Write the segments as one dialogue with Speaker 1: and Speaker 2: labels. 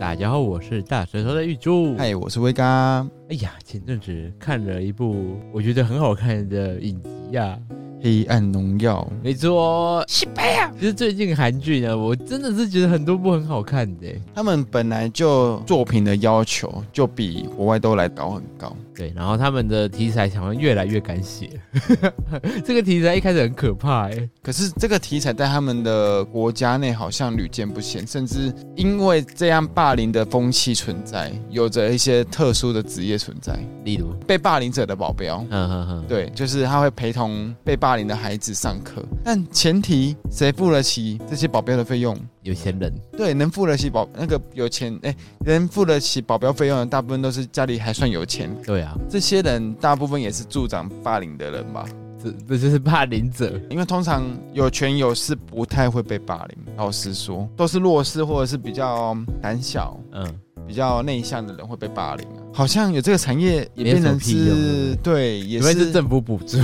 Speaker 1: 大家好，我是大舌头的玉珠。
Speaker 2: 嗨，我是威哥。
Speaker 1: 哎呀，前阵子看了一部我觉得很好看的影集呀、
Speaker 2: 黑暗荣耀，
Speaker 1: 没错，西班牙。其实最近韩剧呢，我真的是觉得很多部很好看的。
Speaker 2: 他们本来就作品的要求就比国外都来高很高。
Speaker 1: 对，然后他们的题材好像越来越敢写。 这个题材一开始很可怕哎，
Speaker 2: 可是这个题材在他们的国家内好像屡见不鲜，甚至因为这样霸凌的风气存在，有着一些特殊的职业存在，
Speaker 1: 例如，
Speaker 2: 被霸凌者的保镖。
Speaker 1: 嗯哼哼，
Speaker 2: 对，就是他会陪同被霸凌的孩子上课，但前提谁付得起这些保镖的费用？
Speaker 1: 有钱人，
Speaker 2: 对，能付得起保那个有钱哎、能付得起保镖费用的，大部分都是家里还算有钱。
Speaker 1: 对啊，
Speaker 2: 这些人大部分也是助长霸凌的人吧，
Speaker 1: 这这就是霸凌者。
Speaker 2: 因为通常有权有势不太会被霸凌。老实说，都是弱势或者是比较胆小、
Speaker 1: 嗯，
Speaker 2: 比较内向的人会被霸凌、啊。好像有这个产业也变成
Speaker 1: 没有什么屁
Speaker 2: 是，对，也
Speaker 1: 因为是
Speaker 2: 是
Speaker 1: 政府补助。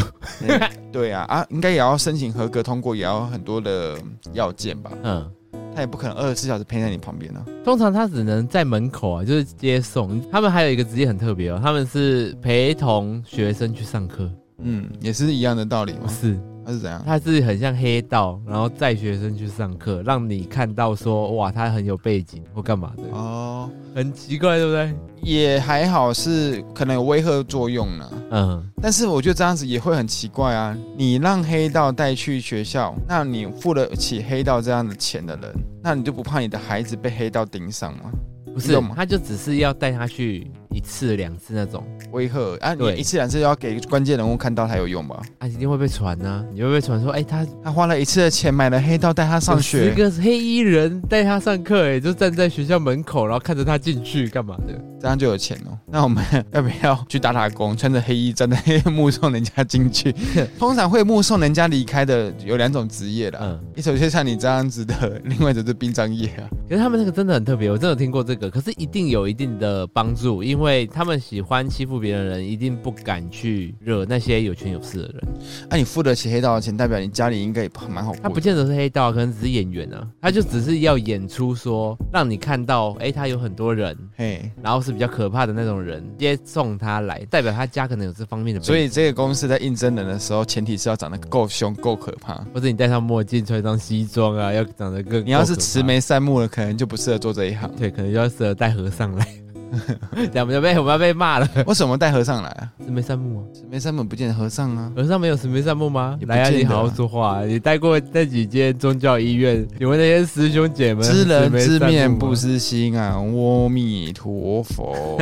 Speaker 2: 对啊啊，应该也要申请合格通过，也要很多的要件吧。
Speaker 1: 嗯。
Speaker 2: 他也不可能二十四小时陪在你旁边啊。
Speaker 1: 通常他只能在门口啊，就是接送。他们还有一个职业很特别哦，他们是陪同学生去上课，
Speaker 2: 嗯，也是一样的道理
Speaker 1: 不
Speaker 2: 嘛。
Speaker 1: 是，
Speaker 2: 他是怎样？
Speaker 1: 他是很像黑道，然后载学生去上课，让你看到说哇，他很有背景或干嘛的，
Speaker 2: 哦，
Speaker 1: 很奇怪，对不对？
Speaker 2: 也还好是可能有威吓作用呢、
Speaker 1: 嗯，
Speaker 2: 但是我觉得这样子也会很奇怪啊！你让黑道带去学校，那你付得起黑道这样的钱的人，那你就不怕你的孩子被黑道盯上吗？
Speaker 1: 不
Speaker 2: 你
Speaker 1: 是
Speaker 2: 懂吗，
Speaker 1: 他就只是要带他去一次两次那种，
Speaker 2: 威吓啊！你
Speaker 1: 对
Speaker 2: 一次两次要给关键人物看到才有用吧？
Speaker 1: 他啊一定会被传呐、你会被传说，哎、他
Speaker 2: 他花了一次的钱买了黑道带他上
Speaker 1: 有十
Speaker 2: 学，
Speaker 1: 个黑衣人带他上课，哎，就站在学校门口，然后看着他进去干嘛的。
Speaker 2: 这样就有钱哦。那我们要不要去打打工，穿着黑衣站在目送人家 进去？通常会目送人家离开的有两种职业啦，
Speaker 1: 嗯，
Speaker 2: 一种就像你这样子的，另外一种是殡葬业啊。
Speaker 1: 可是他们那个真的很特别，我真的有听过这个，可是一定有一定的帮助，因为他们喜欢欺负别人的人，一定不敢去惹那些有权有势的人。
Speaker 2: 那、啊你付得起黑道的钱，代表你家里应该也蛮好过的。
Speaker 1: 他不见得是黑道，可能只是演员啊，他就只是要演出说，让你看到，哎、他有很多人，
Speaker 2: 嘿，
Speaker 1: 然后是比较可怕的那种人，接送他来，代表他家可能有这方面的背景。
Speaker 2: 所以这个公司在应征人的时候，前提是要长得够凶、够可怕。
Speaker 1: 或者你戴上墨镜，穿上西装啊，要长得更……
Speaker 2: 你要是
Speaker 1: 够可怕。
Speaker 2: 慈眉善目的，可能就不适合做这一行
Speaker 1: 对，可能就要适合带和尚来。讲不就被我们要被骂了，
Speaker 2: 为什么带和尚来啊？
Speaker 1: 慈眉善目啊。
Speaker 2: 慈眉善目不见得和尚啊。
Speaker 1: 和尚没有慈眉善目吗
Speaker 2: 也？不
Speaker 1: 来啊，
Speaker 2: 见得
Speaker 1: 你好好
Speaker 2: 啊
Speaker 1: 说话、啊。你待过那几间宗教医院，请问那些师兄姐们
Speaker 2: 知人
Speaker 1: 慈眉
Speaker 2: 知
Speaker 1: 善目
Speaker 2: 面
Speaker 1: 吗
Speaker 2: 不？知 心啊，阿弥陀佛。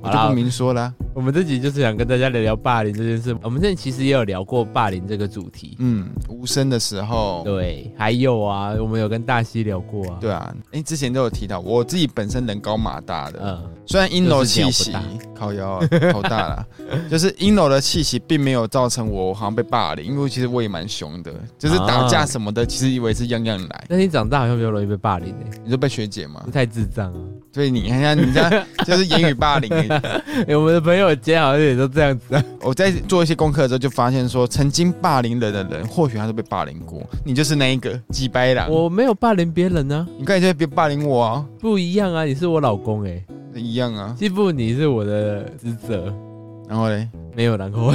Speaker 2: 我就
Speaker 1: 好啦
Speaker 2: 不明说啦。
Speaker 1: 我们这集就是想跟大家聊聊霸凌这件事。我们之前其实也有聊过霸凌这个主题，
Speaker 2: 嗯，无声的时候，
Speaker 1: 对，还有啊，我们有跟大西聊过啊。
Speaker 2: 对啊，哎、之前都有提到，我自己本身人高马大的，
Speaker 1: 嗯，
Speaker 2: 虽然阴柔气息
Speaker 1: 就是鸟
Speaker 2: 靠腰、啊、头 大啦，就是阴柔的气息并没有造成我好像被霸凌，因为其实我也蛮凶的，就是打架什么的，其实以为是样样来。
Speaker 1: 但你长大好像比较容易被霸凌诶、
Speaker 2: 你就被学姐嘛
Speaker 1: 不，太智障啊。
Speaker 2: 所以你看看人家就是言语霸凌而已。
Speaker 1: 哎，我们的朋友间好像也都这样子 啊。
Speaker 2: 我在做一些功课的时候就发现说，曾经霸凌人的人，或许他都被霸凌过，你就是那一个鸡掰狼。
Speaker 1: 我没有霸凌别人呢、
Speaker 2: 你刚才就在别霸凌我啊，
Speaker 1: 啊，不一样啊。你是我老公诶、
Speaker 2: 一样啊。
Speaker 1: 欺负你是我的职责。
Speaker 2: 然后嘞，
Speaker 1: 没有然后，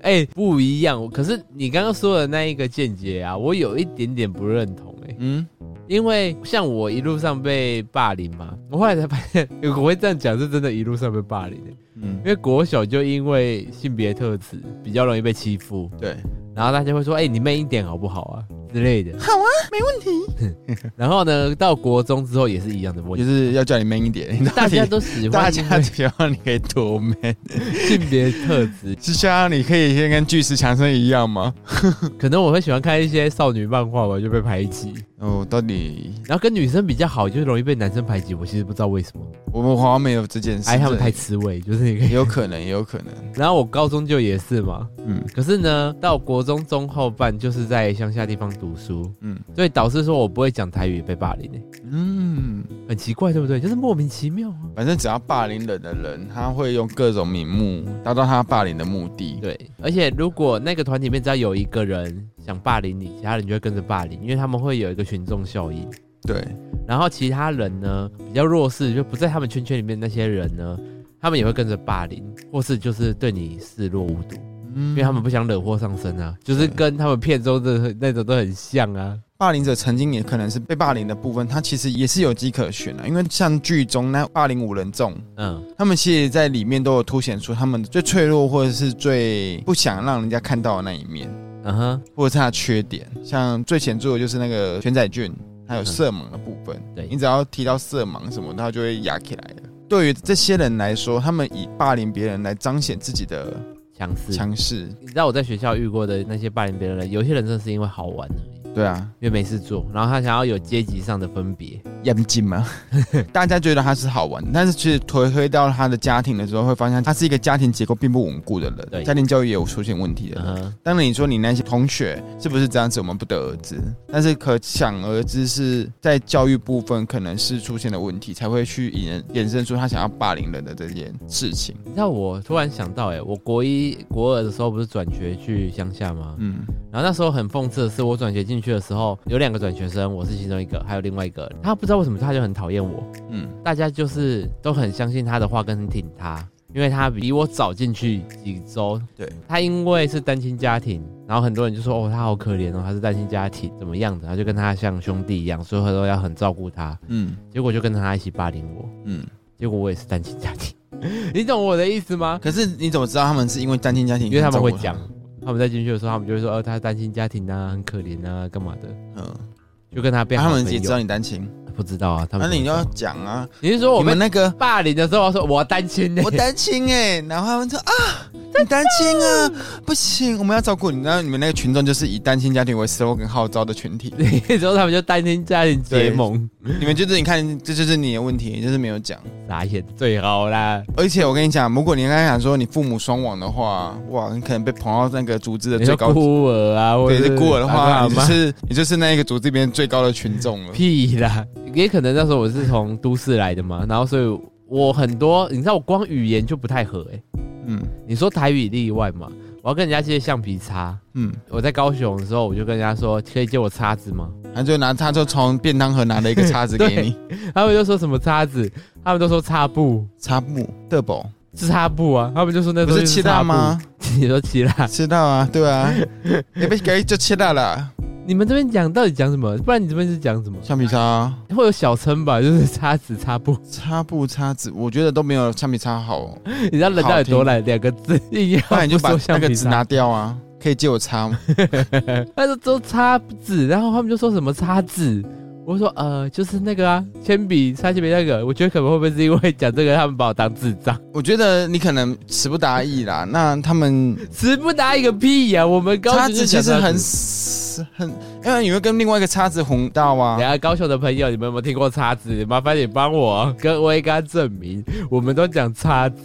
Speaker 1: 哎、不一样。可是你刚刚说的那一个见解啊，我有一点点不认同哎、
Speaker 2: 嗯，
Speaker 1: 因为像我一路上被霸凌嘛，我后来才发现，欸我会这样讲是真的，一路上被霸凌、欸。
Speaker 2: 嗯
Speaker 1: 因，为国小就因为性别特质比较容易被欺负，
Speaker 2: 对，
Speaker 1: 然后大家会说，哎、你妹一点好不好啊之类的。好啊，没问题。 然后呢，到国中之后也是一样的问题。
Speaker 2: 就是要叫你 man 一点，你
Speaker 1: 大
Speaker 2: 到底
Speaker 1: 家都喜
Speaker 2: 大
Speaker 1: 欢因
Speaker 2: 家
Speaker 1: 为
Speaker 2: 希望你可以多 man。
Speaker 1: 性别特 质，
Speaker 2: 是像你可以先跟巨石强森一样吗？
Speaker 1: 可能我会喜欢看一些少女漫画吧，就被排挤。
Speaker 2: 哦，到底
Speaker 1: 然后跟女生比较好，就容易被男生排挤。我其实不知道为什么，
Speaker 2: 我们好像没有这件事，
Speaker 1: 哎，他们太
Speaker 2: 对
Speaker 1: 吃味，就是你可以。
Speaker 2: 有可能，也有可能，
Speaker 1: 然后我高中就也是嘛，
Speaker 2: 嗯
Speaker 1: 可是呢，到国中中后半就是在乡下地方读书，
Speaker 2: 嗯
Speaker 1: 所以导师说我不会讲台语被霸凌、欸，
Speaker 2: 嗯，
Speaker 1: 很奇怪，对不对？就是莫名其妙啊。
Speaker 2: 反正只要霸凌人的人，他会用各种名目达到他霸凌的目的。
Speaker 1: 对，而且如果那个团体里面只要有一个人想霸凌你，其他人就会跟着霸凌，因为他们会有一个群众效应。
Speaker 2: 对，
Speaker 1: 然后其他人呢，比较弱势，就不在他们圈圈里面那些人呢，他们也会跟着霸凌，或是就是对你视若无睹，
Speaker 2: 嗯，
Speaker 1: 因为他们不想惹祸上身啊，就是跟他们片中的那种都很像啊。
Speaker 2: 霸凌者曾经也可能是被霸凌的部分，他其实也是有迹可循啊。因为像剧中那霸凌五人众，
Speaker 1: 嗯，
Speaker 2: 他们其实在里面都有凸显出他们最脆弱或者是最不想让人家看到的那一面，
Speaker 1: 嗯哼，
Speaker 2: 或者是他的缺点。像最显著的就是那个全仔俊，还有色盲的部分。
Speaker 1: 嗯对
Speaker 2: 你只要提到色盲什么，他就会压起来了。对于这些人来说，他们以霸凌别人来彰显自己的
Speaker 1: 强势。
Speaker 2: 强势。
Speaker 1: 你知道我在学校遇过的那些霸凌别人的人，有些人真的是因为好玩而已，
Speaker 2: 对啊，
Speaker 1: 因为没事做，然后他想要有阶级上的分别。
Speaker 2: 眼 睛嘛，大家觉得他是好玩，但是其实回推到他的家庭的时候，会发现他是一个家庭结构并不稳固的
Speaker 1: 对
Speaker 2: 人，家庭教育也有出现问题的
Speaker 1: 嗯
Speaker 2: 人。
Speaker 1: 哼，
Speaker 2: 当然，你说你那些同学是不是这样子，我们不得而知。但是可想而知，是在教育部分可能是出现了问题，才会去引衍生出他想要霸凌人的这件事情。
Speaker 1: 你知道我突然想到、欸，哎，我国一、国二的时候不是转学去乡下吗？
Speaker 2: 嗯，
Speaker 1: 然后那时候很讽刺的是，我转学进去的时候，有两个转学生，我是其中一个，还有另外一个，他不知道为什么他就很讨厌我，
Speaker 2: 嗯，
Speaker 1: 大家就是都很相信他的话，跟挺他，因为他比我早进去几周。
Speaker 2: 对，
Speaker 1: 他因为是单亲家庭，然后很多人就说哦，他好可怜哦，他是单亲家庭怎么样的，然后就跟他像兄弟一样，所以都要很照顾他，
Speaker 2: 嗯
Speaker 1: 结果就跟着他一起霸凌我，
Speaker 2: 嗯。
Speaker 1: 结果我也是单亲家 庭，你懂我的意思吗？
Speaker 2: 可是你怎么知道他们是因为单亲家庭？
Speaker 1: 因为他们会讲，他们在进去的时候，他们就会说哦，他单亲家庭啊，很可怜啊，干嘛的。
Speaker 2: 嗯，啊
Speaker 1: 就跟他变好
Speaker 2: 他
Speaker 1: 朋友、
Speaker 2: 们也知道你单亲，
Speaker 1: 不知道啊？他
Speaker 2: 那
Speaker 1: 们
Speaker 2: 你
Speaker 1: 怎么
Speaker 2: 要
Speaker 1: 知道
Speaker 2: 讲啊。
Speaker 1: 你是 说我哦
Speaker 2: 你们
Speaker 1: 们
Speaker 2: 那个
Speaker 1: 霸凌的时候说我单亲呢、，
Speaker 2: 我单亲哎、然后他们说啊，你单亲啊，不行，我们要照顾你。然后你们那个群众就是以单亲家庭为 slogan 号召的群体
Speaker 1: 你说他们就单亲家庭结盟，
Speaker 2: 你们就是你看，这就是你的问题，就是没有讲。
Speaker 1: 傻眼最好啦。
Speaker 2: 而且我跟你讲，如果你刚才想说你父母双亡的话，哇，你可能被捧到那个组织的
Speaker 1: 你
Speaker 2: 最
Speaker 1: 说
Speaker 2: 高，
Speaker 1: 孤儿啊，或
Speaker 2: 对，
Speaker 1: 者啊
Speaker 2: 是孤儿的
Speaker 1: 阿公
Speaker 2: 话，
Speaker 1: 阿
Speaker 2: 你就
Speaker 1: 嬷
Speaker 2: 是你就是那一个组织里面最高的群众 了。
Speaker 1: 屁啦，也可能那时候我是从都市来的嘛， 然后所以我很多，你知道我光语言就不太合哎、
Speaker 2: 嗯
Speaker 1: 你说台语例外嘛，我要跟人家借橡皮擦。
Speaker 2: 嗯，
Speaker 1: 我在高雄的时候，我就跟人家说，可以借我叉子吗？
Speaker 2: 他就拿他就从便当盒拿了一个叉子给你，
Speaker 1: 他们就说什么叉子，他们都说擦布，
Speaker 2: 擦布的宝，
Speaker 1: 是擦布啊，他们就说那
Speaker 2: 不
Speaker 1: 东
Speaker 2: 是
Speaker 1: 西
Speaker 2: 七
Speaker 1: 擦
Speaker 2: 大
Speaker 1: 布
Speaker 2: 吗？？
Speaker 1: 你说奇啦，
Speaker 2: 知道啊，对啊，你被给就吃到了
Speaker 1: 你们这边讲到底讲什么？不然你这边是讲什么？
Speaker 2: 橡皮擦、
Speaker 1: 会有小称吧，就是擦纸擦布，
Speaker 2: 擦布、擦纸，我觉得都没有橡皮 擦好、哦。
Speaker 1: 你知道人到底多懒，两个字硬要
Speaker 2: 不然你就把
Speaker 1: 不说
Speaker 2: 那
Speaker 1: 橡
Speaker 2: 个
Speaker 1: 皮
Speaker 2: 纸
Speaker 1: 擦，
Speaker 2: 拿掉啊，可以借我擦吗？
Speaker 1: 他说都擦纸，然后他们就说什么擦纸。我说呃，就是那个啊，铅笔擦铅笔那个，我觉得可能会不会是因为讲这个，他们把我当智障，
Speaker 2: 我觉得你可能词不达意啦。那他们
Speaker 1: 词不达一个屁呀、我们高
Speaker 2: 擦
Speaker 1: 雄就
Speaker 2: 纸
Speaker 1: 讲
Speaker 2: 其实
Speaker 1: 到
Speaker 2: 很
Speaker 1: 此
Speaker 2: 很，因为你会跟另外一个叉子混到啊
Speaker 1: 等一。下高雄的朋友，你们有没有听过叉子？麻烦你帮我跟威哥证明，我们都讲叉子。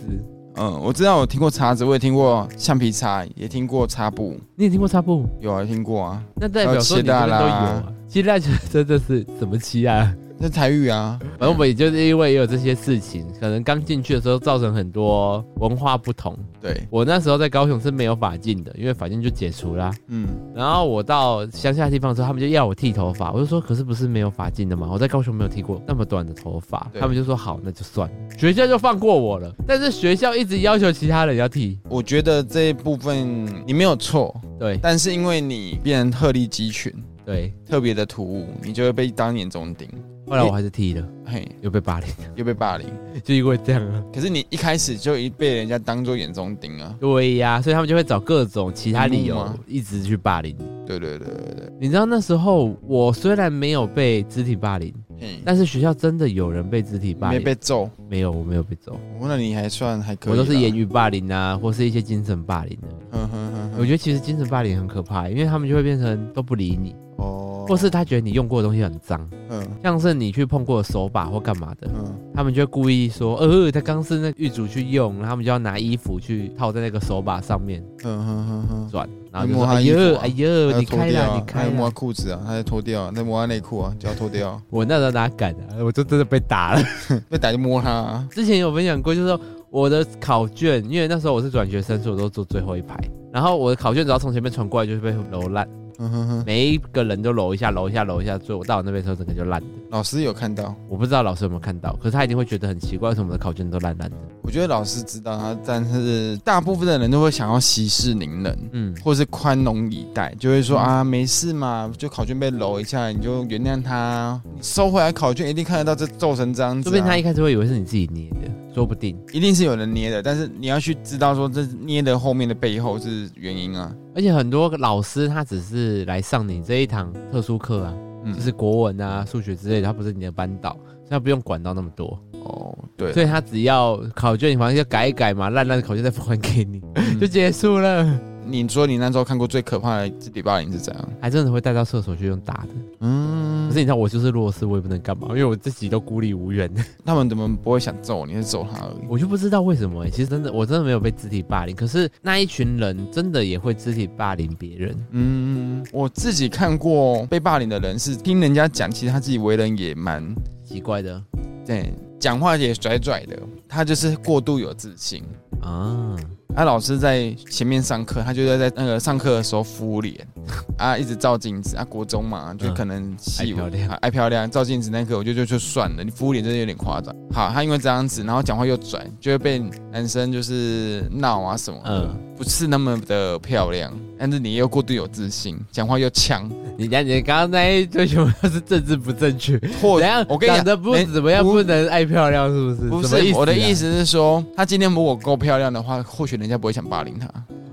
Speaker 2: 嗯，我知道，我听过叉子，我也听过橡皮擦，也听过擦布，
Speaker 1: 你也听过擦布？
Speaker 2: 有啊，听过啊。
Speaker 1: 那代表说你这边都有
Speaker 2: 哦
Speaker 1: 啊。期待就真的是怎么期啊？
Speaker 2: 那台语啊，
Speaker 1: 反正我们也就是因为也有这些事情，可能刚进去的时候造成很多文化不同。
Speaker 2: 对，
Speaker 1: 我那时候在高雄是没有法禁的，因为法禁就解除啦、
Speaker 2: 嗯，
Speaker 1: 然后我到乡下地方之后，他们就要我剃头发，我就说可是不是没有发禁的吗？我在高雄没有剃过那么短的头发，
Speaker 2: 对
Speaker 1: 他们就说好，那就算了，学校就放过我了。但是学校一直要求其他人要剃，
Speaker 2: 我觉得这一部分你没有错，
Speaker 1: 对
Speaker 2: 但是因为你变成鹤立鸡群，
Speaker 1: 对，
Speaker 2: 特别的突兀，你就会被当眼中钉，
Speaker 1: 后来我还是剃了，
Speaker 2: 嘿，
Speaker 1: 又被霸凌，
Speaker 2: 又被霸凌。
Speaker 1: 就因为这样啊。
Speaker 2: 可是你一开始就一被人家当做眼中钉啊，
Speaker 1: 对呀、所以他们就会找各种其他理
Speaker 2: 荧幕
Speaker 1: 由
Speaker 2: 吗
Speaker 1: 一直去霸凌你。
Speaker 2: 对对对对对，
Speaker 1: 你知道那时候我虽然没有被肢体霸凌，
Speaker 2: 嘿，
Speaker 1: 但是学校真的有人被肢体霸
Speaker 2: 没
Speaker 1: 凌，
Speaker 2: 被揍，
Speaker 1: 没有，我没有被揍，
Speaker 2: 哦那你还算还可以，嗯
Speaker 1: 我都是言
Speaker 2: 语，
Speaker 1: 语霸凌啊，或是一些精神霸凌的。
Speaker 2: 哼哼哼
Speaker 1: 我
Speaker 2: 哼，
Speaker 1: 觉得其实精神霸凌很可怕，因为他们就会变成都不理你，
Speaker 2: 哦，
Speaker 1: 或是他觉得你用过的东西很脏，
Speaker 2: 嗯
Speaker 1: 像是你去碰过的手把或干嘛的，
Speaker 2: 嗯，
Speaker 1: 他们就会故意说，呃，他刚是那狱卒去用，然后他们就要拿衣服去套在那个手把上面
Speaker 2: 嗯哼哼哼，
Speaker 1: 转，然后就
Speaker 2: 摸
Speaker 1: 说，
Speaker 2: 他
Speaker 1: 哎
Speaker 2: 衣服
Speaker 1: 呦，
Speaker 2: 啊
Speaker 1: 哎
Speaker 2: 他
Speaker 1: 呦，
Speaker 2: 要
Speaker 1: 你
Speaker 2: 脱
Speaker 1: 开
Speaker 2: 掉
Speaker 1: 啦，
Speaker 2: 啊
Speaker 1: 你，
Speaker 2: 他
Speaker 1: 开
Speaker 2: 要摸
Speaker 1: 啦
Speaker 2: 他。裤子啊，他在脱掉啊，在摸他内裤啊，就要脱掉啊，
Speaker 1: 我那时候哪敢啊，我就真的被打 了。
Speaker 2: 被打就摸他啊，
Speaker 1: 之前有分享过，就是说我的考卷，因为那时候我是转学生，所以我都坐最后一排。然后我的考卷只要从前面传过来，就会被揉烂。
Speaker 2: 嗯哼哼，
Speaker 1: 每一个人都揉一下，揉一下，揉一下，所以我到我那边的时候，整个就烂了。
Speaker 2: 老师有看到，
Speaker 1: 我不知道老师有没有看到，可是他一定会觉得很奇怪，为什么我的考卷都烂烂的？
Speaker 2: 我觉得老师知道他，但是大部分的人都会想要息事宁人。
Speaker 1: 嗯，
Speaker 2: 或是宽容以待，就会说
Speaker 1: 嗯
Speaker 2: 啊，没事嘛，就考卷被揉一下，你就原谅他。你收回来考卷，一定看得到这皱成这样子、
Speaker 1: 说不
Speaker 2: 啊。
Speaker 1: 定他一开始会以为是你自己捏的，说不定。
Speaker 2: 一定是有人捏的，但是你要去知道说这捏的后面的背后是原因啊。
Speaker 1: 而且很多老师他只是来上你这一堂特殊课啊，
Speaker 2: 嗯，
Speaker 1: 就是国文啊、数学之类的，他不是你的班导，所以他不用管到那么多。
Speaker 2: 哦，对，
Speaker 1: 所以他只要考卷，反正就改一改嘛，烂烂的考卷再还给你，就
Speaker 2: 就
Speaker 1: 结束了。
Speaker 2: 你说你那时候看过最可怕的自体霸凌是怎样？
Speaker 1: 还真的会带到厕所去用打的。可
Speaker 2: 嗯
Speaker 1: 是，你知道我就是弱势，我也不能干嘛，因为我自己都孤立无援，
Speaker 2: 他们怎么不会想揍你，是揍他而已。
Speaker 1: 我就不知道为什么、欸。其实真的，我真的没有被肢体霸凌，可是那一群人真的也会肢体霸凌别人。
Speaker 2: 嗯，我自己看过被霸凌的人是听人家讲，其实他自己为人也蛮
Speaker 1: 奇怪的
Speaker 2: 对，讲话也拽拽的，他就是过度有自信。
Speaker 1: 啊，
Speaker 2: 啊，老师在前面上课，他就在在那个上课的时候敷脸， 啊，一直照镜子，啊，国中嘛，就可能气、
Speaker 1: 爱漂亮
Speaker 2: 啊爱漂亮，照镜子那个我就就就算了，你敷脸真的有点夸张。好，他因为这样子，然后讲话又拽，就会被男生就是闹啊什么的，
Speaker 1: 嗯
Speaker 2: 不是那么的漂亮，但是你又过度有自信，讲话又呛，
Speaker 1: 你讲你刚刚那一堆全部都是政治不正确，
Speaker 2: 或
Speaker 1: 怎样？
Speaker 2: 我跟你
Speaker 1: 长
Speaker 2: 讲。
Speaker 1: 得不怎么样，
Speaker 2: 不
Speaker 1: 不能爱漂亮，是不是？
Speaker 2: 不
Speaker 1: 什么
Speaker 2: 是
Speaker 1: 意思啊
Speaker 2: 我的意，思是说，他今天如果够漂亮的话，或许人家不会想霸凌他。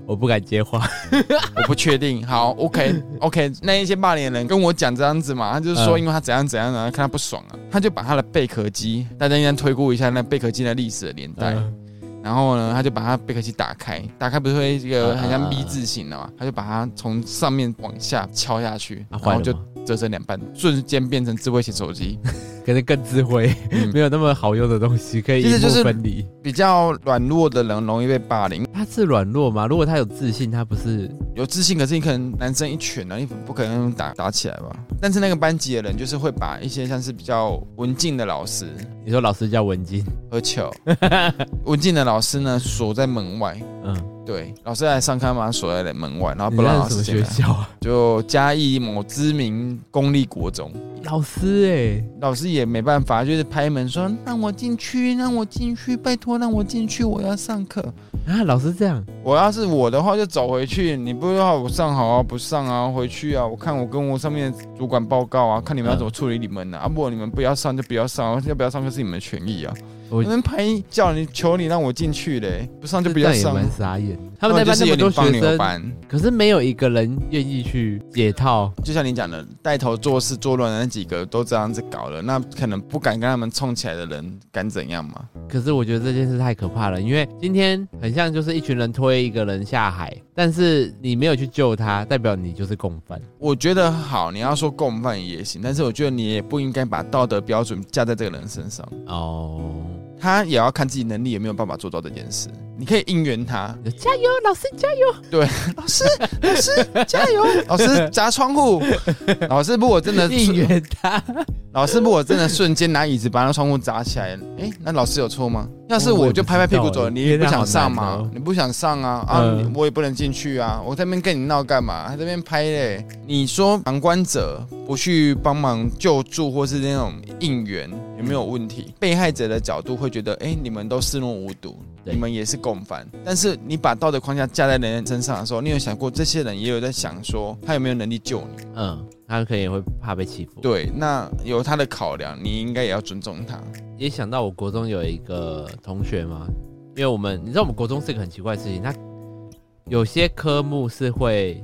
Speaker 1: 我不敢接话。
Speaker 2: 我不确定。好，OK OK，那一些霸凌的人跟我讲这样子嘛，他就是说，
Speaker 1: 嗯
Speaker 2: 因为他怎样怎样啊，看他不爽啊，他就把他的贝壳机，大家应该推估一下那贝壳机的历史的年代。
Speaker 1: 嗯
Speaker 2: 然后呢，他就把他贝壳机打开，打开不是会一个
Speaker 1: 嗯
Speaker 2: 很
Speaker 1: 嗯
Speaker 2: 像
Speaker 1: 嗯
Speaker 2: V 字形的嘛，他就把它从上面往下敲下去，
Speaker 1: 啊，
Speaker 2: 然
Speaker 1: 坏
Speaker 2: 后
Speaker 1: 了
Speaker 2: 就
Speaker 1: 吗？
Speaker 2: 折成两半，瞬间变成智慧型手机，
Speaker 1: 可能更智慧，
Speaker 2: 嗯
Speaker 1: 没有那么好用的东西可以
Speaker 2: 其
Speaker 1: 一
Speaker 2: 实
Speaker 1: 目
Speaker 2: 就是
Speaker 1: 分离。
Speaker 2: 比较软弱的人容易被霸凌。
Speaker 1: 他是软弱吗？如果他有自信，他不是
Speaker 2: 有自信，可是你可能男生一拳啊呢，你不可能打打起来吧？但是那个班级的人就是会把一些像是比较文静的老师
Speaker 1: 你说老师叫文静，
Speaker 2: 和球，文静的老师呢锁在门外。
Speaker 1: 嗯，
Speaker 2: 对，老师来上课嘛，锁在门外，然后
Speaker 1: 你
Speaker 2: 啊不让
Speaker 1: 那
Speaker 2: 老
Speaker 1: 是
Speaker 2: 师
Speaker 1: 什
Speaker 2: 进
Speaker 1: 么学
Speaker 2: 来。
Speaker 1: 校啊？
Speaker 2: 就嘉义某知名公立国中，
Speaker 1: 老师哎、
Speaker 2: 老师也没办法，就是拍门说：“让我进去，让我进去，拜托让我进去，我要上课。”
Speaker 1: 啊，老师这样，
Speaker 2: 我要是我的话就走回去，你不要我上好啊，不上啊，回去啊，我看我跟我上面的主管报告啊，看你们要怎么处理你们
Speaker 1: 嗯
Speaker 2: 呢、啊？啊，不，你们不要上就不要上啊，要不要上课是你们的权利啊。
Speaker 1: 我
Speaker 2: 我们拍叫你求你让我进去嘞，不上就不要
Speaker 1: 这样也
Speaker 2: 上。
Speaker 1: 蛮傻眼的。他们那
Speaker 2: 就
Speaker 1: 班
Speaker 2: 是
Speaker 1: 那
Speaker 2: 有
Speaker 1: 么多
Speaker 2: 点放
Speaker 1: 学
Speaker 2: 牛
Speaker 1: 生，
Speaker 2: 班，
Speaker 1: 可是没有一个人愿意去解套。
Speaker 2: 就像你讲的，带头做事做乱的那几个都这样子搞了，那可能不敢跟他们冲起来的人敢怎样嘛？
Speaker 1: 可是我觉得这件事太可怕了，因为今天很像就是一群人推一个人下海，但是你没有去救他，代表你就是共犯。
Speaker 2: 我觉得好，你要说共犯也行，但是我觉得你也不应该把道德标准架在这个人身上。
Speaker 1: 哦，
Speaker 2: 他也要看自己能力有没有办法做到这件事。你可以应援他，
Speaker 1: 你说加油，老师加油！
Speaker 2: 老师，老师加油，老师砸窗户，老师如果真的
Speaker 1: 应 援他。
Speaker 2: 老师如果真的瞬间拿椅子把那窗户砸起来，哎、那老师有错吗？要是我就拍拍屁股走了，
Speaker 1: 我也不知道欸
Speaker 2: 你不想上
Speaker 1: 因为这样好
Speaker 2: 吗
Speaker 1: 难哦？
Speaker 2: 你不想上啊啊！
Speaker 1: 嗯
Speaker 2: 你我也不能进去啊！我在那边跟你闹干嘛？还在那边拍嘞？你说旁观者不去帮忙救助或是那种应援，有没有问
Speaker 1: 嗯
Speaker 2: 题？被害者的角度会觉得，哎、你们都视若无睹。
Speaker 1: 对
Speaker 2: 你们也是共犯，但是你把道德框架架在人家身上的时候，你有想过这些人也有在想说他有没有能力救你？
Speaker 1: 嗯，他可能也会怕被欺负。
Speaker 2: 对，那有他的考量，你应该也要尊重他。
Speaker 1: 也想到我国中有一个同学嘛，因为我们你知道我们国中是一个很奇怪的事情，他有些科目是会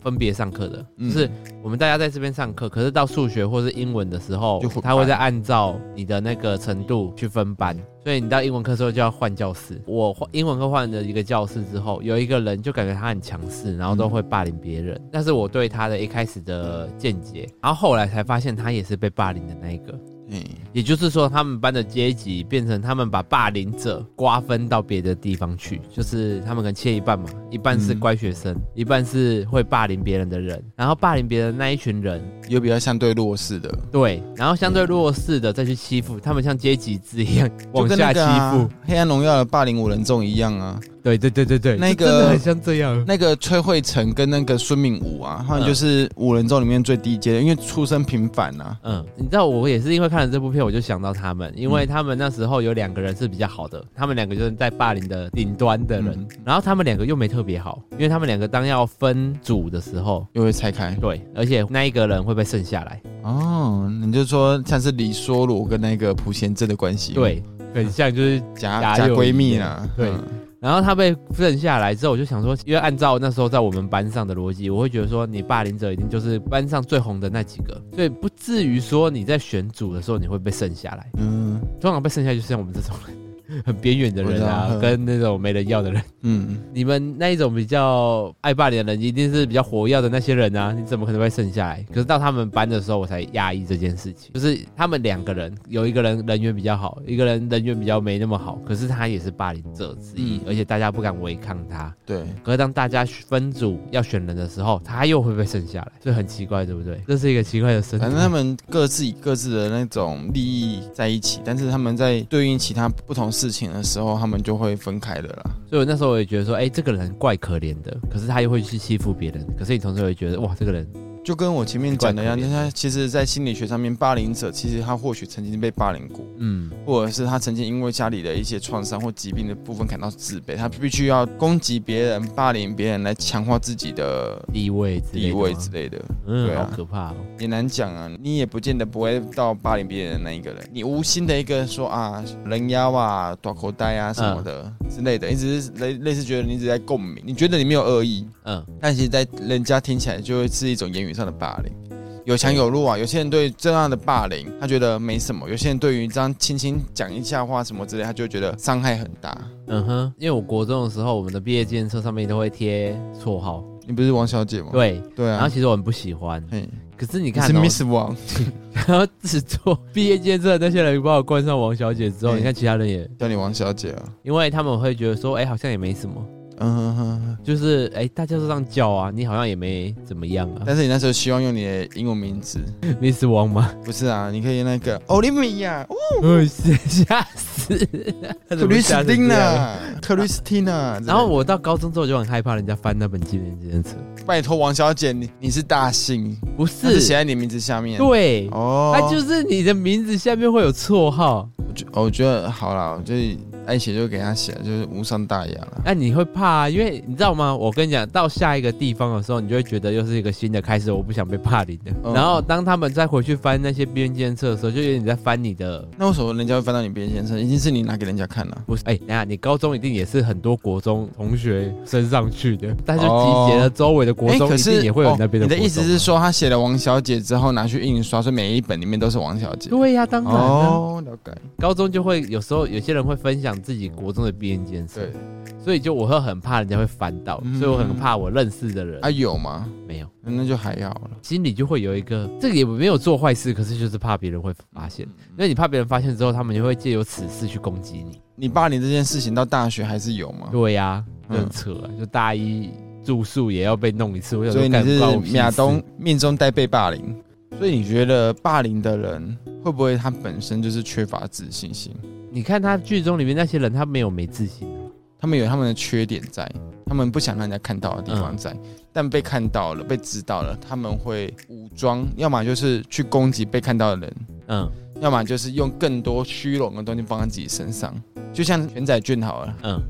Speaker 1: 分别上课的，
Speaker 2: 嗯
Speaker 1: 就是我们大家在这边上课，可是到数学或是英文的时候
Speaker 2: 就混，班
Speaker 1: 他会再按照你的那个程度去分班，所以你到英文课的时候就要换教室。我换英文课换了一个教室之后，有一个人就感觉他很强势，然后都会霸凌别人，那是我对他的一开始的见解，然后后来才发现他也是被霸凌的那一个。
Speaker 2: 嗯，
Speaker 1: 也就是说，他们班的阶级变成他们把霸凌者瓜分到别的地方去，就是他们可能切一半嘛，一半是
Speaker 2: 嗯
Speaker 1: 乖学生，一半是会霸凌别人的人，然后霸凌别人那一群人，
Speaker 2: 有比较相对弱势的，
Speaker 1: 对，然后相对弱势的再去欺负他们，像阶级制一样
Speaker 2: 就
Speaker 1: 往
Speaker 2: 跟
Speaker 1: 下
Speaker 2: 那
Speaker 1: 欺
Speaker 2: 个啊
Speaker 1: 负，
Speaker 2: 黑暗荣耀》的霸凌五人众一样啊，
Speaker 1: 对对对对对，
Speaker 2: 那
Speaker 1: 就真的
Speaker 2: 个
Speaker 1: 很像这样。
Speaker 2: 那个崔慧成跟那个孙敏武啊，他们
Speaker 1: 嗯
Speaker 2: 就是五人中里面最低阶的，因为出身平凡啊。
Speaker 1: 嗯，你知道我也是因为看了这部片，我就想到他们，因为他们那时候有两个人是比较好的，他们两个就是在霸凌的顶端的人，
Speaker 2: 嗯
Speaker 1: 然后他们两个又没特别好，因为他们两个当要分组的时候，
Speaker 2: 又会拆开
Speaker 1: 对，而且那一个人会被剩下来，
Speaker 2: 哦，你就说像是李梭罗跟那个朴贤镇的关系，
Speaker 1: 对， 很像就是
Speaker 2: 假
Speaker 1: 假
Speaker 2: 假
Speaker 1: 友谊
Speaker 2: 闺蜜啦，
Speaker 1: 对
Speaker 2: 嗯
Speaker 1: 然后他被认下来之后，我就想说，因为按照那时候在我们班上的逻辑，我会觉得说，你霸凌者一定就是班上最红的那几个，所以不至于说你在选组的时候你会被剩下来。
Speaker 2: 嗯
Speaker 1: 通常被剩下就是像我们这种人，很边缘的人
Speaker 2: 我知
Speaker 1: 啊
Speaker 2: 道，
Speaker 1: 跟那种没人要的人。
Speaker 2: 嗯，
Speaker 1: 你们那一种比较爱霸凌的人，一定是比较活跃的那些人啊，你怎么可能会剩下来？可是到他们班的时候，我才讶异这件事情，就是他们两个人，有一个人人缘比较好，一个人人缘比较没那么好，可是他也是霸凌者之一，
Speaker 2: 嗯
Speaker 1: 而且大家不敢违抗他。
Speaker 2: 对，
Speaker 1: 可是当大家分组要选人的时候，他又会被剩下来，所以很奇怪，对不对？这是一个奇怪的生态
Speaker 2: 反正他们各自以各自的那种利益在一起，但是他们在对应其他不同事情的时候，他们就会分开的啦。
Speaker 1: 所以我那时候我也觉得说，哎、这个人怪可怜的，可是他又会去欺负别人，可是你同时会觉得，哇，这个人
Speaker 2: 就跟我前面讲的一样，
Speaker 1: 怪可
Speaker 2: 就
Speaker 1: 怜
Speaker 2: 是他其实，在心理学上面，霸凌者其实他或许曾经被霸凌过，
Speaker 1: 嗯，
Speaker 2: 或者是他曾经因为家里的一些创伤或疾病的部分感到自卑，他必须要攻击别人、霸凌别人来强化自己的
Speaker 1: 地位之类的
Speaker 2: 地
Speaker 1: 吗
Speaker 2: 位之类的。
Speaker 1: 嗯，
Speaker 2: 对啊
Speaker 1: 好可怕哦。
Speaker 2: 也难讲啊，你也不见得不会到霸凌别人的那一个人，你无心的一个说啊人妖啊、短口袋啊什么的、
Speaker 1: 嗯
Speaker 2: 之类的，你只是类类似觉得你只是在共鸣，你觉得你没有恶意，
Speaker 1: 嗯，
Speaker 2: 但其实，在人家听起来就会是一种言语上的霸凌。有强有弱啊，有些人对这样的霸凌，他觉得没什么；有些人对于这样轻轻讲一下话什么之类，他就觉得伤害很大。
Speaker 1: 嗯哼，因为我国中的时候，我们的毕业纪念册上面都会贴绰号，
Speaker 2: 你不是王小姐吗？
Speaker 1: 对，
Speaker 2: 哦对
Speaker 1: 然后
Speaker 2: 啊，
Speaker 1: 其实我很不喜欢，
Speaker 2: 嘿
Speaker 1: 可是你
Speaker 2: 你
Speaker 1: 看、
Speaker 2: 是
Speaker 1: 哦，
Speaker 2: Miss 王，
Speaker 1: 然后只做毕业纪念册的那些人把我冠上王小姐之后，
Speaker 2: 嗯
Speaker 1: 你看其他人也，
Speaker 2: 叫你王小姐啊。
Speaker 1: 因为他们会觉得说，哎、好像也没什么，
Speaker 2: 嗯哼哼哼，
Speaker 1: 就是哎、大家都这样叫啊，你好像也没怎么样啊
Speaker 2: 但是你那时候希望用你的英文名字，
Speaker 1: ，Miss 王吗？
Speaker 2: 不是啊？你可以那
Speaker 1: 嗯
Speaker 2: 个欧利米亚、哦
Speaker 1: 我嗯吓死！克
Speaker 2: 克里斯汀 娜、克里斯汀 娜。
Speaker 1: 啊然后我到高中之后就很害怕人家翻那本纪念纪念册，
Speaker 2: 拜托王小姐，你你是大姓，
Speaker 1: 不
Speaker 2: 它是写
Speaker 1: 是？
Speaker 2: 在你名字下面。
Speaker 1: 对，
Speaker 2: 哦，
Speaker 1: 它就是你的名字下面会有绰号，
Speaker 2: 我觉哦我觉得好啦，就是爱写就给他写，就是无伤大雅了。
Speaker 1: 那你会怕啊，因为你知道吗？我跟你讲，到下一个地方的时候，你就会觉得又是一个新的开始，我不想被霸凌的。
Speaker 2: 嗯
Speaker 1: 然后当他们再回去翻那些边监测的时候，就有点在翻你的。
Speaker 2: 那为什么人家会翻到你边先生？一定是你拿给人家看了、
Speaker 1: 不是，哎、等一下，你高中一定也是很多国中同学升上去的，但就集结了周围的国
Speaker 2: 诶
Speaker 1: 中，
Speaker 2: 哦哎
Speaker 1: 啊
Speaker 2: 可
Speaker 1: 一定
Speaker 2: 是
Speaker 1: 也会有那边
Speaker 2: 哦
Speaker 1: 的、
Speaker 2: 你的意思是？说，他写了王小姐之后拿去印刷，所以每一本里面都是王小姐。
Speaker 1: 对呀、当然、啊。
Speaker 2: 哦，了解。
Speaker 1: 高中就会有时候有些人会分享自己国中的毕业纪念册，
Speaker 2: 对，
Speaker 1: 所以就我会很怕人家会翻到，
Speaker 2: 嗯
Speaker 1: 所以我很怕我认识的人、
Speaker 2: 啊有吗？
Speaker 1: 没有，
Speaker 2: 那就还好了。
Speaker 1: 心里就会有一个这个也没有做坏事，可是就是怕别人会发
Speaker 2: 嗯
Speaker 1: 现，因为你怕别人发现之后，他们就会借由此事去攻击你。
Speaker 2: 你霸凌这件事情到大学还是有吗？
Speaker 1: 对呀、就
Speaker 2: 嗯
Speaker 1: 很扯、啊，就大一住宿也要被弄一次，我想
Speaker 2: 所
Speaker 1: 说
Speaker 2: 以
Speaker 1: 干不关我
Speaker 2: 你
Speaker 1: 屁
Speaker 2: 是
Speaker 1: 事
Speaker 2: 亚东命中带被霸凌，所以你觉得霸凌的人会不会他本身就是缺乏自信心？
Speaker 1: 你看他剧中里面那些人，他没有没自信啊、
Speaker 2: 他们有他们的缺点在，他们不想让人家看到的地方在，但被看到了、被知道了，他们会武装，要么就是去攻击被看到的人，
Speaker 1: 嗯
Speaker 2: 要么就是用更多虚荣的东西放在自己身上。就像全仔俊好了，
Speaker 1: 嗯，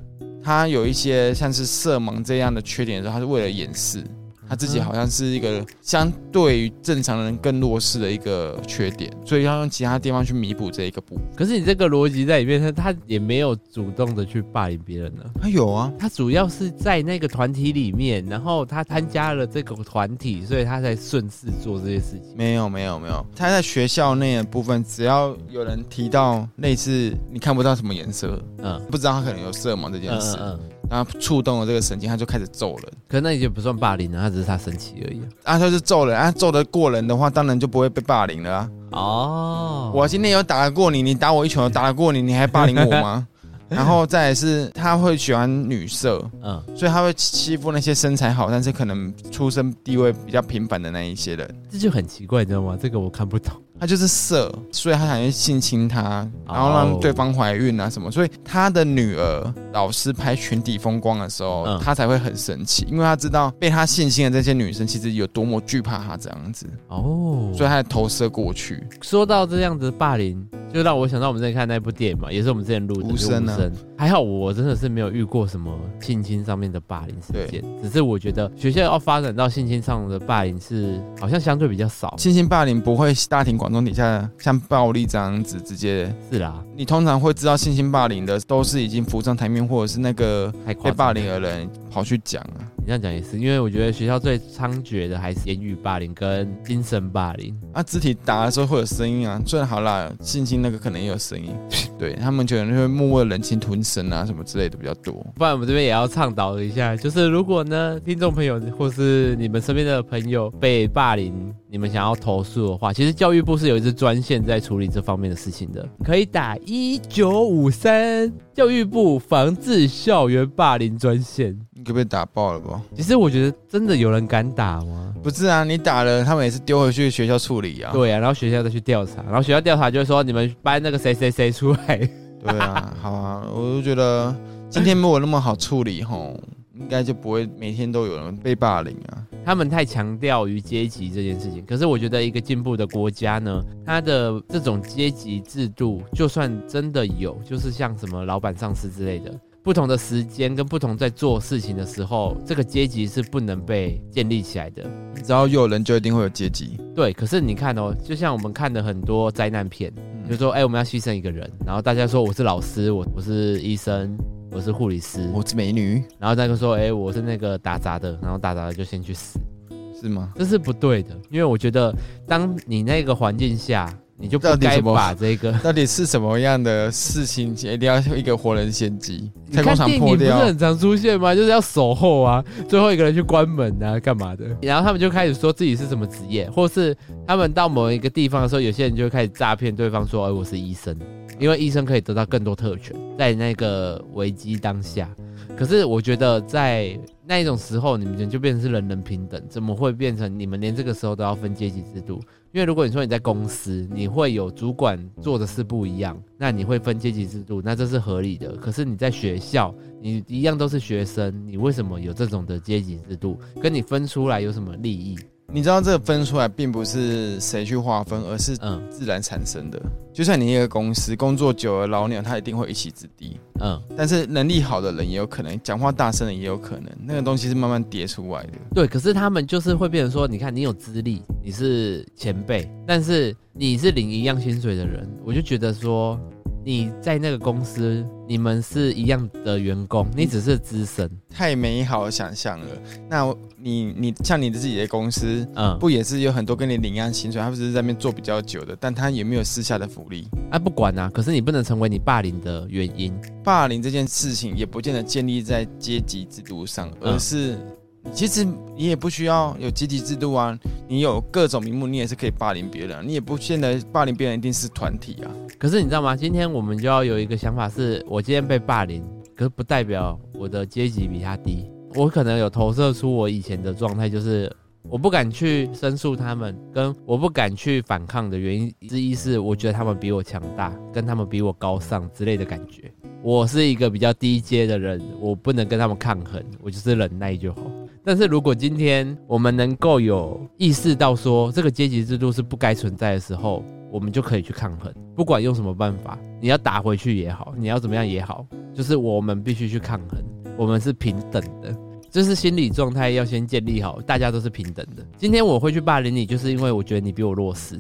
Speaker 2: 他有一些像是色盲这样的缺点的时候，他是为了掩饰他自
Speaker 1: 嗯
Speaker 2: 己好像是一个相对于正常人更弱势的一个缺点，所以要用其他地方去弥补这一个部分。
Speaker 1: 可是你这个逻辑在里面，他他也没有主动的去霸凌别人呢、
Speaker 2: 他有啊，
Speaker 1: 他主要是在那个团体里面，然后他参加了这个团体，所以他才顺势做这些事情。
Speaker 2: 没有没有没有，他在学校内的部分，只要有人提到类似你看不到什么颜色，
Speaker 1: 嗯
Speaker 2: 不知道他可能有色盲这件
Speaker 1: 嗯
Speaker 2: 事
Speaker 1: 嗯，嗯。
Speaker 2: 然后触动了这个神经，他就开始揍人。
Speaker 1: 可那已经不算霸凌了，啊他只是他生气而已啊。
Speaker 2: 啊，他就揍人，啊，揍得过人的话，当然就不会被霸凌了啊。
Speaker 1: 哦，
Speaker 2: 我今天有打得过你，你打我一拳，我打得过你，你还霸凌我吗？ 然后再来是，他会喜欢女色，
Speaker 1: 嗯
Speaker 2: 所以他会欺负那些身材好，但是可能出身地位比较平凡的那一些人。
Speaker 1: 这就很奇怪，你知道吗？这个我看不懂。
Speaker 2: 他就是色，所以他想去性侵她，然后
Speaker 1: 哦
Speaker 2: 让对方怀孕啊什么，所以他的女儿老师拍《全体风光》的时候，
Speaker 1: 嗯
Speaker 2: 他才会很生气，因为他知道被他性侵的这些女生其实有多么惧怕他这样子，
Speaker 1: 哦，
Speaker 2: 所以他才投射过去。
Speaker 1: 说到这样子霸凌，就让我想到我们之前看那部电影嘛，也是我们之前录的
Speaker 2: 无声啊
Speaker 1: 就无还好我真的是没有遇过什么性侵上面的霸凌事件，只是我觉得学校要发展到性侵上的霸凌是好像相对比较少，
Speaker 2: 性侵霸凌不会大庭广众底下像暴力这样子直接。
Speaker 1: 是啦，
Speaker 2: 你通常会知道性侵霸凌的，都是已经浮上台面，或者是那个
Speaker 1: 太
Speaker 2: 被
Speaker 1: 夸张
Speaker 2: 霸
Speaker 1: 了
Speaker 2: 凌的人跑去讲啊。
Speaker 1: 你这样讲也是，因为我觉得学校最猖獗的还是言语霸凌跟精神霸凌，
Speaker 2: 啊，肢体打的时候会有声音啊，虽然好啦，性侵那个可能也有声音，对他们可能会默默忍气吞声啊，什么之类的比较多。
Speaker 1: 不然我们这边也要倡导一下，就是如果呢，听众朋友或是你们身边的朋友被霸凌，你们想要投诉的话，其实教育部是有一支专线在处理这方面的事情的，可以打一九五三教育部防治校园霸凌专线。
Speaker 2: 你可被打爆了不？
Speaker 1: 其实我觉得真的有人敢打吗？
Speaker 2: 不是啊，你打了，他们也是丢回去学校处理啊。
Speaker 1: 对啊，然后学校再去调查，然后学校调查就会说你们班那个谁谁谁出来，
Speaker 2: 对啊，好啊，我就觉得今天没有那么好处理吼，应该就不会每天都有人被霸凌啊。
Speaker 1: 他们太强调于阶级这件事情，可是我觉得一个进步的国家呢，它的这种阶级制度，就算真的有，就是像什么老板、上司之类的，不同的时间跟不同在做事情的时候，这个阶级是不能被建立起来的。
Speaker 2: 只要有人，就一定会有阶级。
Speaker 1: 对，可是你看哦，就像我们看的很多灾难片，
Speaker 2: 嗯
Speaker 1: 就说哎、我们要牺牲一个人，然后大家说我是老师，我我是医生，我是护理师，
Speaker 2: 我是美女，
Speaker 1: 然后再说哎、我是那个打杂的，然后打杂的就先去死。
Speaker 2: 是吗？
Speaker 1: 这是不对的，因为我觉得当你那个环境下，你就不
Speaker 2: 到底
Speaker 1: 该
Speaker 2: 怎么
Speaker 1: 把这个。
Speaker 2: 到底是什么样的事情一定要一个活人献祭？
Speaker 1: 你
Speaker 2: 太空
Speaker 1: 看
Speaker 2: 场
Speaker 1: 电影
Speaker 2: 破
Speaker 1: 不是
Speaker 2: 掉，
Speaker 1: 很常出现吗？就是要守候啊，最后一个人去关门啊，干嘛的？
Speaker 2: 嗯
Speaker 1: 然后他们就开始说自己是什么职业，或是他们到某一个地方的时候，有些人就会开始诈骗对方说：“哎，我是医生。”因为医生可以得到更多特权，在那个危机当下。可是我觉得在那一种时候，你们就变成是人人平等，怎么会变成你们连这个时候都要分阶级制度？因为如果你说你在公司，你会有主管做的事不一样，那你会分阶级制度，那这是合理的。可是你在学校，你一样都是学生，你为什么有这种的阶级制度？跟你分出来有什么利益？
Speaker 2: 你知道这个分出来并不是谁去划分，而是
Speaker 1: 嗯
Speaker 2: 自然产生的。就算你一个公司工作久了老鸟，他一定会一起之敌。
Speaker 1: 嗯，
Speaker 2: 但是能力好的人也有可能，讲话大声的也有可能，那个东西是慢慢叠出来的。
Speaker 1: 对。可是他们就是会变成说，你看你有资历，你是前辈，但是你是领一样薪水的人，我就觉得说你在那个公司，你们是一样的员工，你只是资深。
Speaker 2: 太美好的想象了。那你你像你自己的公司，
Speaker 1: 嗯，
Speaker 2: 不也是有很多跟你领一样薪水，他不只是在那边做比较久的，但他也没有私下的福利。
Speaker 1: 啊，不管啊，可是你不能成为你霸凌的原因。
Speaker 2: 霸凌这件事情也不见得建立在阶级制度上，
Speaker 1: 嗯
Speaker 2: 而是其实你也不需要有阶级制度啊，你有各种名目，你也是可以霸凌别人啊，你也不见得霸凌别人一定是团体啊。
Speaker 1: 可是你知道吗？今天我们就要有一个想法是，我今天被霸凌，可是不代表我的阶级比他低。我可能有投射出我以前的状态，就是我不敢去申诉他们，跟我不敢去反抗的原因之一是，我觉得他们比我强大，跟他们比我高尚之类的感觉。我是一个比较低阶的人，我不能跟他们抗衡，我就是忍耐就好。但是如果今天我们能够有意识到说这个阶级制度是不该存在的时候，我们就可以去抗衡，不管用什么办法，你要打回去也好，你要怎么样也好，就是我们必须去抗衡，我们是平等的。就是心理状态要先建立好，大家都是平等的。今天我会去霸凌你，就是因为我觉得你比我弱势，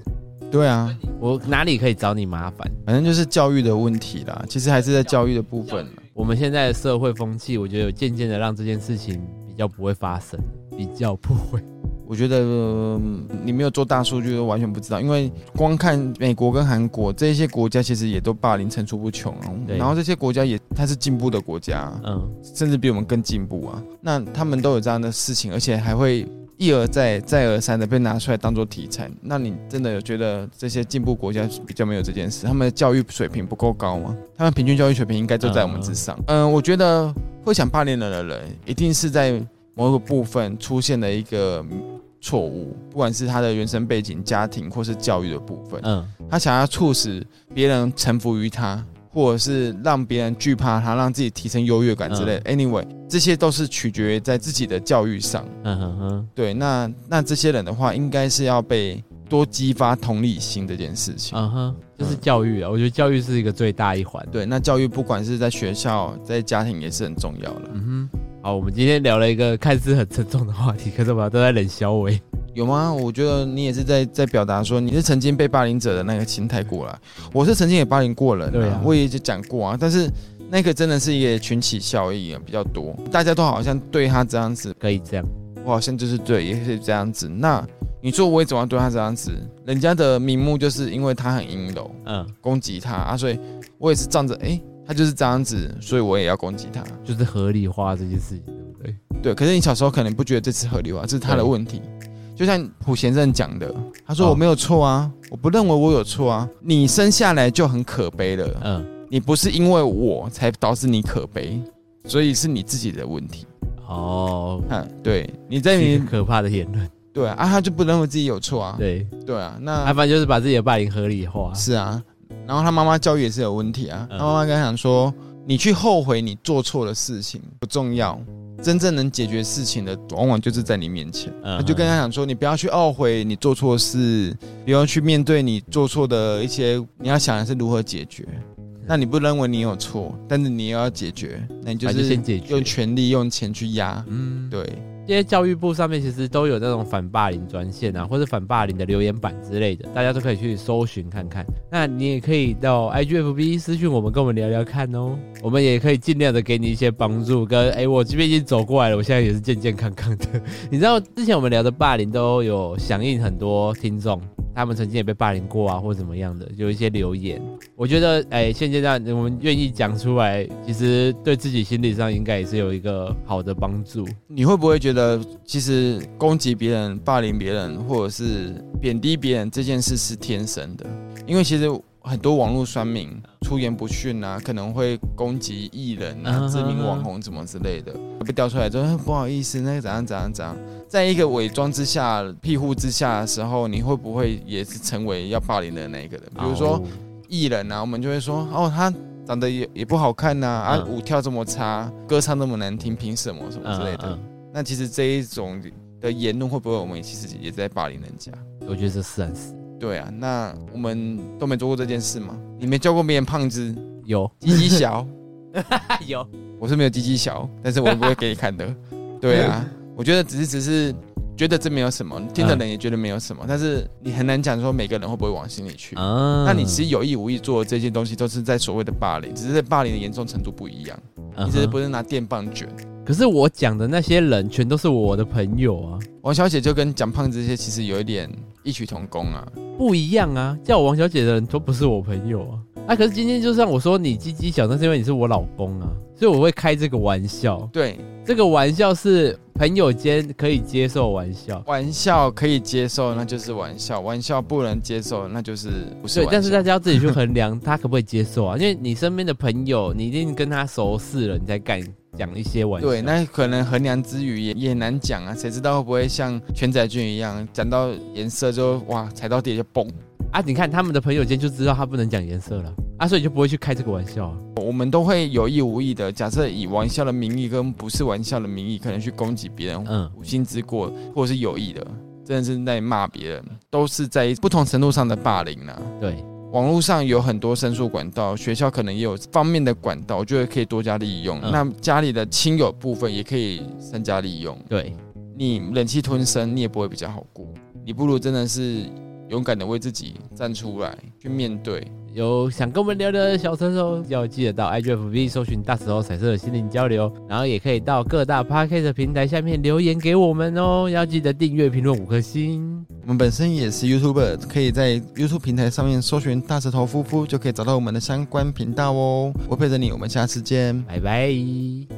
Speaker 2: 对啊，
Speaker 1: 我哪里可以找你麻烦？
Speaker 2: 反正就是教育的问题啦，其实还是在教育的部分啦
Speaker 1: 我们现在的社会风气，我觉得有渐渐的让这件事情比较不会发生，比较不会。
Speaker 2: 我觉得、呃你没有做大数据，都完全不知道，因为光看美国跟韩国这些国家，其实也都霸凌层出不穷啊。
Speaker 1: 对
Speaker 2: 然后这些国家也它是进步的国家啊、
Speaker 1: 嗯，
Speaker 2: 甚至比我们更进步啊。那他们都有这样的事情，而且还会一而再、再而三的被拿出来当做题材。那你真的有觉得这些进步国家比较没有这件事？他们的教育水平不够高吗？他们平均教育水平应该都在我们之上。嗯、我觉得会想霸凌人的人，一定是在某个部分出现了一个。错误，不管是他的原生背景、家庭或是教育的部分，
Speaker 1: 嗯，
Speaker 2: 他想要促使别人臣服于他，或者是让别人惧怕他，让自己提升优越感之类的。Anyway，这些都是取决于在自己的教育上。
Speaker 1: 嗯哼哼，
Speaker 2: 对，那那这些人的话，应该是要被多激发同理心这件事情。
Speaker 1: 嗯哼，就是教育啊，我觉得教育是一个最大一环。
Speaker 2: 对，那教育不管是在学校、在家庭也是很重要的。
Speaker 1: 嗯哼，好，我们今天聊了一个看似很沉重的话题，可是我们都在冷消微。
Speaker 2: 有吗？我觉得你也是在在表达说你是曾经被霸凌者的那个心态过来。我是曾经也霸凌过人、啊，
Speaker 1: 对啊
Speaker 2: 我也就讲过啊。但是那个真的是一个群起效应啊，比较多，大家都好像对他这样子，
Speaker 1: 可以这样，
Speaker 2: 我好像就是对，也是这样子。那你说我也怎么对他这样子？人家的名目就是因为他很阴柔，
Speaker 1: 嗯，
Speaker 2: 攻击他啊，所以我也是仗着诶，他就是这样子，所以我也要攻击他。
Speaker 1: 就是合理化这件事情，对不对？
Speaker 2: 对，可是你小时候可能不觉得这是合理化，这是他的
Speaker 1: 对
Speaker 2: 问题。就像普贤正讲的，他说
Speaker 1: 哦
Speaker 2: 我没有错啊，我不认为我有错啊。你生下来就很可悲了，
Speaker 1: 嗯，
Speaker 2: 你不是因为我才导致你可悲，所以是你自己的问题。
Speaker 1: 哦，
Speaker 2: 看，对，你在
Speaker 1: 一
Speaker 2: 你
Speaker 1: 个可怕的言论，
Speaker 2: 对啊啊，他就不认为自己有错啊，
Speaker 1: 对，
Speaker 2: 对啊，
Speaker 1: 他
Speaker 2: 那
Speaker 1: 反正就是把自己的霸凌合理化。
Speaker 2: 是啊，然后他妈妈教育也是有问题啊，
Speaker 1: 嗯
Speaker 2: 他妈妈跟他讲说，你去后悔你做错的事情不重要，真正能解决事情的，往往就是在你面前。
Speaker 1: 嗯
Speaker 2: 他就跟他讲说，你不要去懊悔你做错事，不要去面对你做错的一些，你要想的是如何解决。
Speaker 1: 嗯
Speaker 2: 那你不认为你有错，但是你也要解决，那你就
Speaker 1: 反正
Speaker 2: 是
Speaker 1: 先解决
Speaker 2: 用权力、用钱去压。
Speaker 1: 嗯，
Speaker 2: 对，
Speaker 1: 这些教育部上面其实都有那种反霸凌专线啊，或者反霸凌的留言板之类的，大家都可以去搜寻看看。那你也可以到 IGFB 私讯我们，跟我们聊聊看哦。我们也可以尽量的给你一些帮助，跟哎，我这边已经走过来了，我现在也是健健康康的。 你知道之前我们聊的霸凌都有响应很多听众，他们曾经也被霸凌过啊，或怎么样的，有一些留言。我觉得哎，现阶段我们愿意讲出来，其实对自己心理上应该也是有一个好的帮助。
Speaker 2: 你会不会觉得，其实攻击别人、霸凌别人，或者是贬低别人这件事是天生的？因为其实很多网络酸民出言不逊啊，可能会攻击艺人啊、
Speaker 1: 嗯
Speaker 2: 知名网红怎么之类的，被调出来之后哎不好意思，那个怎样怎样怎样，在一个伪装之下、庇护之下的时候，你会不会也是成为要霸凌的那一个人？比如说
Speaker 1: 哦
Speaker 2: 艺人啊，我们就会说，哦，他长得也也不好看呐、啊，
Speaker 1: 嗯
Speaker 2: 舞跳这么差，歌唱那么难听，凭什么什么之类的。
Speaker 1: 嗯
Speaker 2: 那其实这一种的言论会不会我们其实也在霸凌人家？
Speaker 1: 嗯我觉得这是很是
Speaker 2: 对啊，那我们都没做过这件事嘛？你没教过别人胖子、
Speaker 1: 有
Speaker 2: 鸡鸡小，
Speaker 1: 有，
Speaker 2: 我是 没有鸡鸡小，但是我不会给你看的。对啊， 我觉得只是只是觉得这没有什么，听的人也觉得没有什么，但是你很难讲说每个人会不会往心里去。
Speaker 1: 嗯，
Speaker 2: 那你其实有意无意做的这些东西，都是在所谓的霸凌，只是霸凌的严重程度不一样。
Speaker 1: 嗯
Speaker 2: 你只是
Speaker 1: 哼
Speaker 2: 不是拿电棒卷。
Speaker 1: 可是我讲的那些人全都是我的朋友啊，
Speaker 2: 王小姐就跟蒋胖子这些其实有一点异曲同工啊。
Speaker 1: 不一样啊！叫我王小姐的人都不是我朋友啊。啊，可是今天就算我说你鸡鸡小，那是因为你是我老公啊，所以我会开这个玩笑。
Speaker 2: 对，
Speaker 1: 这个玩笑是朋友间可以接受玩笑，
Speaker 2: 玩笑可以接受，那就是玩笑；玩笑不能接受，那就是不是
Speaker 1: 对
Speaker 2: 玩笑。，
Speaker 1: 但是大家要自己去衡量他可不可以接受啊，因为你身边的朋友，你一定跟他熟识了，你才敢讲一些玩笑。
Speaker 2: 对，那可能衡量之余也也难讲啊，谁知道会不会像全仔俊一样，讲到颜色就哇踩到地就崩。
Speaker 1: 啊，你看他们的朋友间就知道他不能讲颜色了啊，所以就不会去开这个玩笑、啊。
Speaker 2: 我们都会有意无意的，假设以玩笑的名义跟不是玩笑的名义，可能去攻击别人，
Speaker 1: 嗯
Speaker 2: 无心之过或者是有意的，真的是在骂别人，都是在不同程度上的霸凌啊。
Speaker 1: 对，
Speaker 2: 网络上有很多申诉管道，学校可能也有方面的管道，我觉得可以多加利用。
Speaker 1: 嗯
Speaker 2: 那家里的亲友部分也可以善加利用。
Speaker 1: 对，
Speaker 2: 你忍气吞声，你也不会比较好过。你不如真的是勇敢的为自己站出来，去面对。
Speaker 1: 有想跟我们聊聊的小车手，要记得到 IGFB 搜寻“大石头彩色的心灵交流”，然后也可以到各大 Podcast 平台下面留言给我们哦。要记得订阅、评论五颗星。
Speaker 2: 我们本身也是 YouTuber，可以在 YouTube 平台上面搜寻“大石头夫妇”，就可以找到我们的相关频道哦。我陪着你，我们下次见。
Speaker 1: 拜拜。